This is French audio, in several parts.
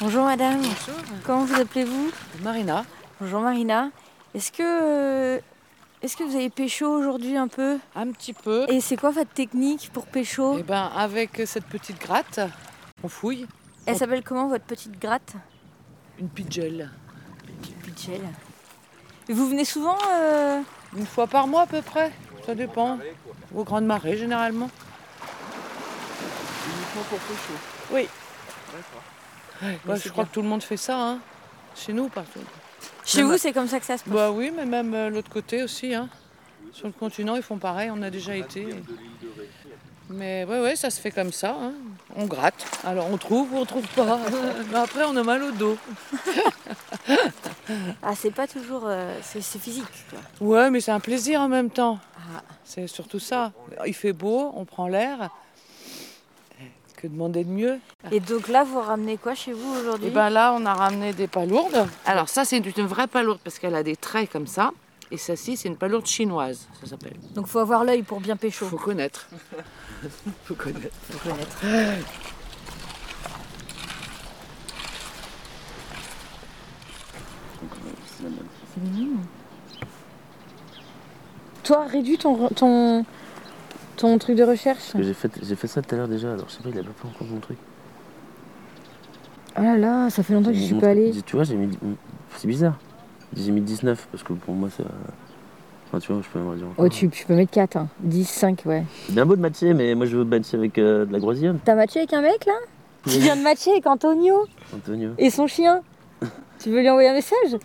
Bonjour madame, Bonjour, comment vous appelez-vous Marina. Bonjour Marina. Est-ce que, est que vous avez pécho aujourd'hui un peu Un petit peu. Et c'est quoi votre technique pour pécho Et ben avec cette petite gratte, on fouille Elle s'appelle comment votre petite gratte une pidgel. Pitchel. Et vous venez souvent euh, Une fois par mois à peu près, ça dépend. Aux grandes marées généralement. Uniquement pour pécho. Oui. D'accord. Bah, c'est je bien. Ah. crois que tout le monde fait ça, hein. chez nous partout. Chez Non, vous, bah- c'est comme ça que ça se passe Bah oui, mais même euh, l'autre côté aussi. Hein. Sur le continent, ils font pareil, on a déjà été. De l'île de Ré. Mais ouais, ouais, ça se fait comme ça. hein. On gratte. Alors on trouve ou on trouve pas. mais après, on a mal au dos. Ah, c'est pas toujours. euh, c'est c'est physique. quoi. Ouais, mais c'est un plaisir en même temps. Ah, C'est surtout ça. Il fait beau, on prend l'air. Que demander de mieux Et donc là, vous ramenez quoi chez vous aujourd'hui Et ben là, on a ramené des palourdes. Alors ça, c'est une vraie palourde parce qu'elle a des traits comme ça. Et celle-ci, c'est une palourde chinoise, ça s'appelle. Donc faut avoir l'œil pour bien pécho. Faut connaître. Faut connaître. Faut connaître. C'est mignon. Toi, réduis ton, ton, ton truc de recherche. J'ai fait, j'ai fait ça tout à l'heure déjà, alors je sais pas, il a pas pris en compte mon truc. Oh là là, ça fait longtemps que je Mon suis truc, pas allée. Tu vois, j'ai mis. C'est bizarre. J'ai mis 19 parce que pour moi ça. Enfin, tu vois, je peux même dire. encore. Oh, tu, tu peux mettre hein. 4, 10, 5, ouais. C'est bien beau de matcher, mais moi je veux matcher avec euh, de la groisienne. T'as matché avec un mec là Tu viens de matcher avec Antonio Antonio. et son chien Tu veux lui envoyer un message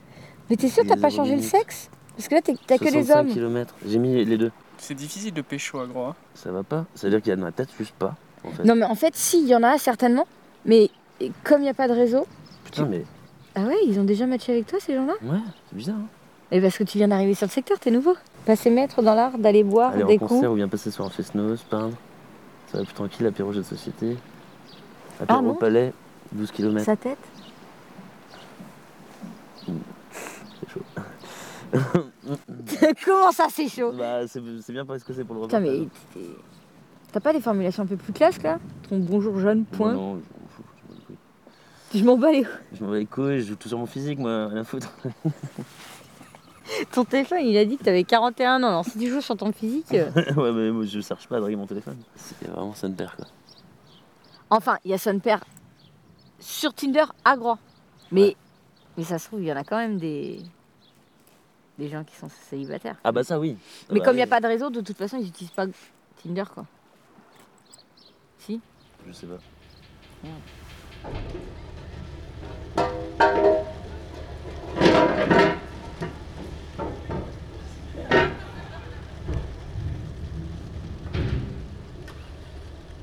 Mais t'es sûr que Il t'as est pas zéro changé le minute. sexe Parce que là, t'es- t'as que des 65 hommes. kilomètres. J'ai mis les deux. C'est difficile de pécho à gros. hein. Ça va pas Ça veut dire qu'il y a dans ma tête juste pas. En fait. Non, mais en fait, si, il y en a certainement. Mais et comme il n'y a pas de réseau. Putain, mais. Ah ouais, ils ont déjà matché avec toi ces gens-là Ouais, c'est bizarre. hein. Et parce que tu viens d'arriver sur le secteur, t'es nouveau. Passer maître dans l'art d'aller boire Aller en des coups. concert ou bien passer sur un fest-noz, peindre. Ça va plus tranquille, apéro jeu de société. Ah Apéro bon au palais, 12 km. Sa tête Mmh. C'est chaud. Comment ça, c'est chaud Bah, c'est c'est bien parce que c'est pour le Putain, mais. reportage. t'es- T'as pas des formulations un peu plus classe là Ton bonjour jeune, point. Non, non, je m'en fous, je m'en fous. Je m'en bats les Je m'en bats les couilles, je joue tout sur mon physique, moi, rien à foutre. Ton téléphone, il a dit que t'avais 41 ans. Alors, si tu joues sur ton physique. euh, ouais, mais moi, je cherche pas à draguer mon téléphone. C'est vraiment ça me perd, quoi. Enfin, il y a son père sur Tinder à Groix. Mais, mais ça se trouve, il y en a quand même des. Des gens qui sont célibataires. Ah, bah ça, oui. mais comme il n'y a pas de réseau, de toute façon, ils n'utilisent pas Tinder, quoi. Si Je sais pas.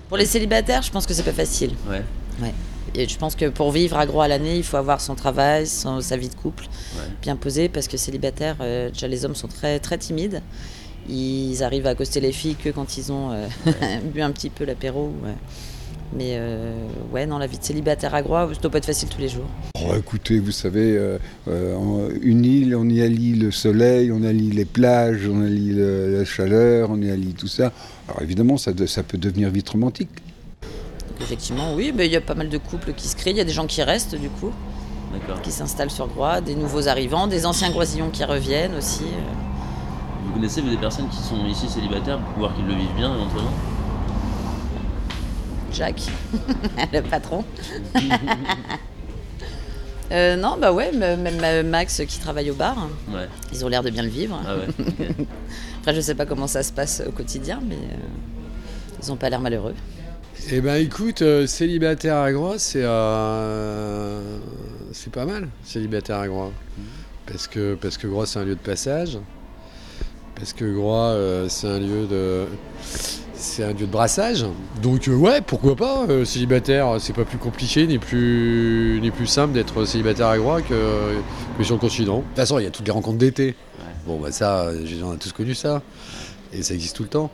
Pour les célibataires, je pense que c'est pas facile. Ouais. Et je pense que pour vivre à gros à l'année, il faut avoir son travail, son- sa vie de couple Ouais. bien posée, parce que célibataires, euh, déjà les hommes sont très très timides. Ils arrivent à accoster les filles que quand ils ont euh, bu un petit peu l'apéro. ouais. Mais euh, ouais, non, la vie de célibataire à Groix, ça doit pas être facile tous les jours. Oh, écoutez, vous savez, euh, euh, en- une île, on y allie le soleil, on allie les plages, on allie le- la chaleur, on y allie tout ça. Alors évidemment, ça, de- ça peut devenir vite romantique. Donc effectivement, oui, mais il y a pas mal de couples qui se créent, il y a des gens qui restent du coup, D'accord. qui s'installent sur Groix, des nouveaux arrivants, des anciens Groisillons qui reviennent aussi. euh. Vous connaissez des personnes qui sont ici célibataires, voir qu'ils le vivent bien éventuellement Jack, le patron. Euh, non, bah ouais, m- même euh, Max qui travaille au bar, hein, Ouais. ils ont l'air de bien le vivre. Ah ouais. Après, je sais pas comment ça se passe au quotidien, mais euh, ils ont pas l'air malheureux. Eh ben écoute, euh, célibataire à Groix, c'est euh, c'est pas mal, célibataire à Groix. Parce que, parce que Groix, c'est un lieu de passage. Parce que Groix, euh, c'est un lieu de... C'est un lieu de brassage. Donc euh, ouais, pourquoi pas euh, Célibataire, c'est pas plus compliqué ni plus, ni plus simple d'être célibataire à Groix que, que sur le continent. De toute façon, il y a toutes les rencontres d'été. Bon bah ça, euh, on a tous connu ça. Et ça existe tout le temps.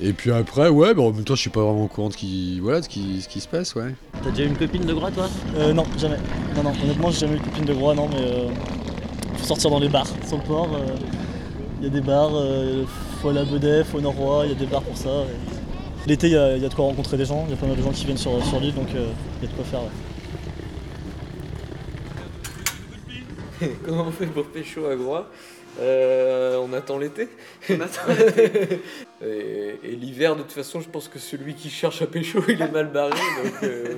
Et puis après, ouais, bah en même temps, je suis pas vraiment au courant de ce qui, voilà, de ce qui, ce qui se passe, ouais. T'as déjà eu une copine de gras, toi Euh, non, jamais. Non, non, honnêtement, j'ai jamais eu de copine de gros, non, mais euh, faut sortir dans les bars. Sur le port, il y a des bars, euh, faut aller à Bedef, faut au Noroy, il y a des bars pour ça. et- L'été, il euh, y, a- y a de quoi rencontrer des gens, il y a pas mal de gens qui viennent sur, sur l'île, donc il y a de quoi faire. ouais. Comment on fait pour pécho à Groix Euh, On attend l'été. et et l'hiver, de toute façon, je pense que celui qui cherche à pécho, il est mal barré. donc, euh,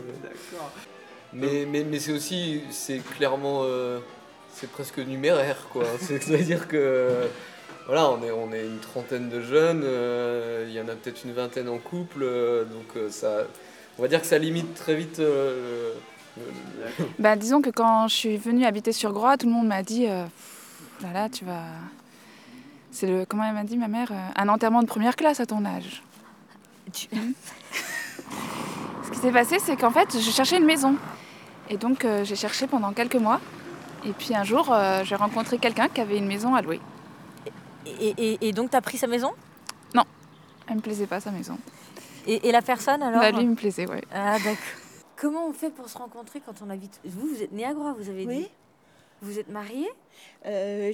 Mais, mais, mais c'est aussi, c'est clairement, euh, c'est presque numéraire, quoi. C'est- C'est-à-dire que, voilà, on est, on est une trentaine de jeunes, euh, il y en a peut-être une vingtaine en couple, euh, donc euh, ça, on va dire que ça limite très vite euh, le- le- Bah, disons que quand je suis venue habiter sur Groix, tout le monde m'a dit euh, Pff, là, là, tu vas. C'est le. Comment elle m'a dit, ma mère euh, Un enterrement de première classe à ton âge. Mhm. Ce qui s'est passé, c'est qu'en fait, je cherchais une maison. Et donc, euh, j'ai cherché pendant quelques mois. Et puis un jour, euh, j'ai rencontré quelqu'un qui avait une maison à louer. Et, et- et donc, t'as pris sa maison Non, elle me plaisait pas sa maison. Et, et la personne alors Bah, lui, il me plaisait, ouais. Ah, d'accord. Comment on fait pour se rencontrer quand on habite Vous, vous êtes né à Groix, vous avez dit Vous êtes marié Euh,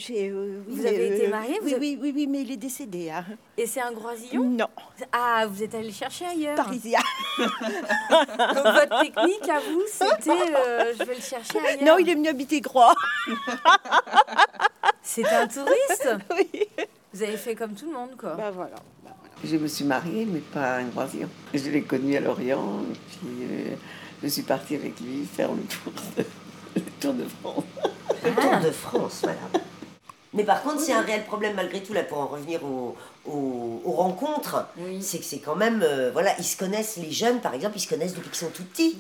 Vous avez été marié oui, oui, oui, oui, mais il est décédé. hein. Mm. Et c'est un Groisillon Non. Ah, vous êtes allé le chercher ailleurs Parisien. Donc, votre technique à vous, c'était euh, je vais le chercher ailleurs. Non, il est venu habiter Groix. C'était un touriste Vous avez fait comme tout le monde, quoi. Bah voilà. Je me suis mariée, mais pas à un Brésilien. Je l'ai connu à Lorient, et puis euh, je suis partie avec lui faire le tour de, le tour de France. Le Tour de France, voilà. Mais par contre, c'est un réel problème malgré tout, là, pour en revenir au- au- aux rencontres. C'est que c'est quand même. euh, voilà, ils se connaissent, les jeunes, par exemple, ils se connaissent depuis qu'ils sont tout petits.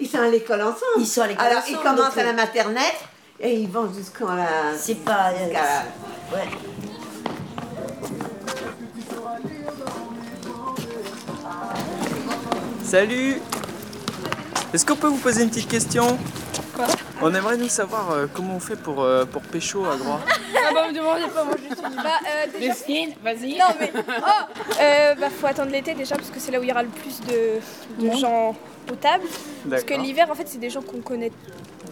Ils sont à l'école ensemble. Ils sont à l'école Alors, ils ensemble, commencent donc, euh, à la maternelle et ils vont jusqu'à la. C'est pas. euh, jusqu'à- c'est- ouais. Salut Est-ce qu'on peut vous poser une petite question On aimerait nous savoir euh, comment on fait pour, euh, pour pécho à Groix. Ah bah, me demandez pas, moi je suis. Bah, euh, déjà. Delphine, vas-y. Non, mais. Oh euh, Bah, faut attendre l'été déjà, parce que c'est là où il y aura le plus de, de Monde. gens aux tables. Parce que D'accord. l'hiver, en fait, c'est des gens qu'on connaît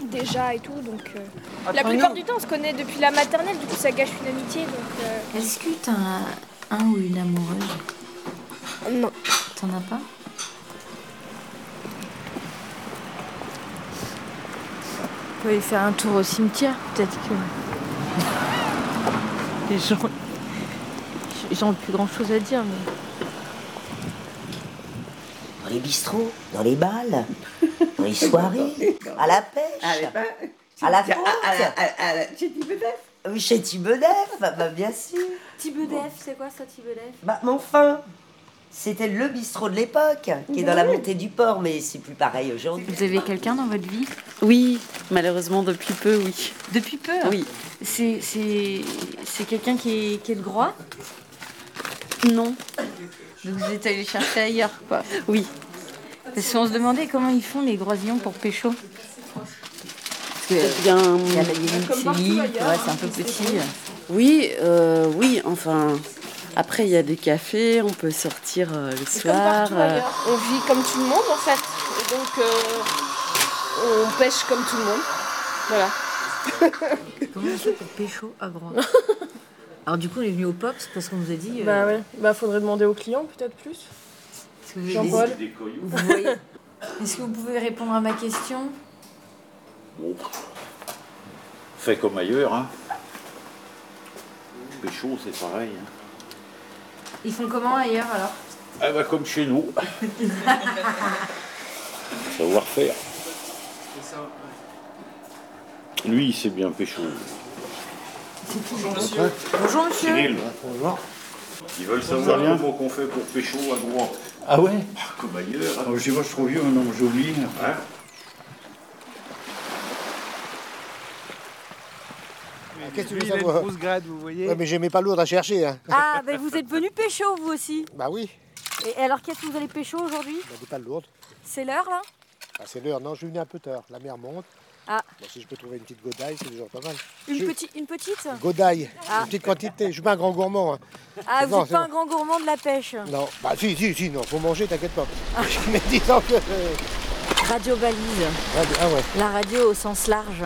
déjà et tout, donc. euh, Ah, la Entre plupart nous. du temps, on se connaît depuis la maternelle, du coup, ça gâche une amitié, donc. euh, Est-ce que t'as un, un ou une amoureuse Non. T'en as pas On peut aller faire un tour au cimetière, peut-être que. Les gens. Ils ont plus grand chose à dire, mais. Dans les bistrots, dans les balles, dans les soirées, à la pêche, Ah, à la Tiens, côte. à- à la- à- à la- Chez Thibodef Oui, Chez Thibodef, bah, bah, bien sûr. Thibodef, c'est quoi ça, Thibodef Bah, mais enfin, c'était le bistrot de l'époque, qui est dans la montée du port, mais c'est plus pareil aujourd'hui. Vous avez quelqu'un dans votre vie Oui, malheureusement, depuis peu, oui. Depuis peu Oui. C'est, c'est, c'est quelqu'un qui est, qui est de Groix Non. Donc vous êtes allé chercher ailleurs, quoi. Oui. Parce qu'on se demandait comment ils font les Groisillons pour pécho. Parce que, euh, bien- il y a la limite, c'est l'île, tu vois, c'est un peu petit. Oui, euh, oui, enfin. Après, il y a des cafés, on peut sortir euh, le Comme soir. partout euh, hein, ailleurs. On vit comme tout le monde en fait. Et donc euh, on pêche comme tout le monde. Voilà. Comment on fait pour pécho à Groix Alors du coup, on est venu au Pops parce qu'on nous a dit... euh, Bah ouais, bah faudrait demander aux clients peut-être plus. est-ce que vous avez Jean-Paul. des- vous voyez- Est-ce que vous pouvez répondre à ma question Bon. Fait comme ailleurs, hein. Pécho, c'est pareil. hein. Ils font comment ailleurs alors Ah bah comme chez nous, savoir-faire. Lui, il sait bien pécho. Bonjour monsieur. Bonjour monsieur. Cyril. Bonjour. Ils veulent savoir Ça va bien comment on fait pour pécho à Groix. Ah ouais Comme ailleurs. hein. Alors, Je vois, je suis trop vieux maintenant, j'oublie. Hein Ah, Qu'est-ce que tu Lui, veux il a une savoir grosse grade, vous voyez. Ouais, mais j'ai mes palourdes à chercher. Hein. Ah, ben vous êtes venu pécho vous aussi Bah oui, Et alors qu'est-ce que vous allez pécho aujourd'hui bah, des palourdes. C'est l'heure là Ah, c'est l'heure, non, je suis venu un peu tard. La mer monte. Ah, Bon, si je peux trouver une petite godaille, c'est toujours pas mal. une, Je- petite, une petite Godaille, Ah. une petite quantité. Je suis pas un grand gourmand. hein. Ah, vous Non, n'êtes c'est pas bon. un grand gourmand de la pêche Non, bah si, si, si, non, faut manger, t'inquiète pas. Ah. Mais disons que. euh, Radio Balise, Ah, ah ouais. la radio au sens large.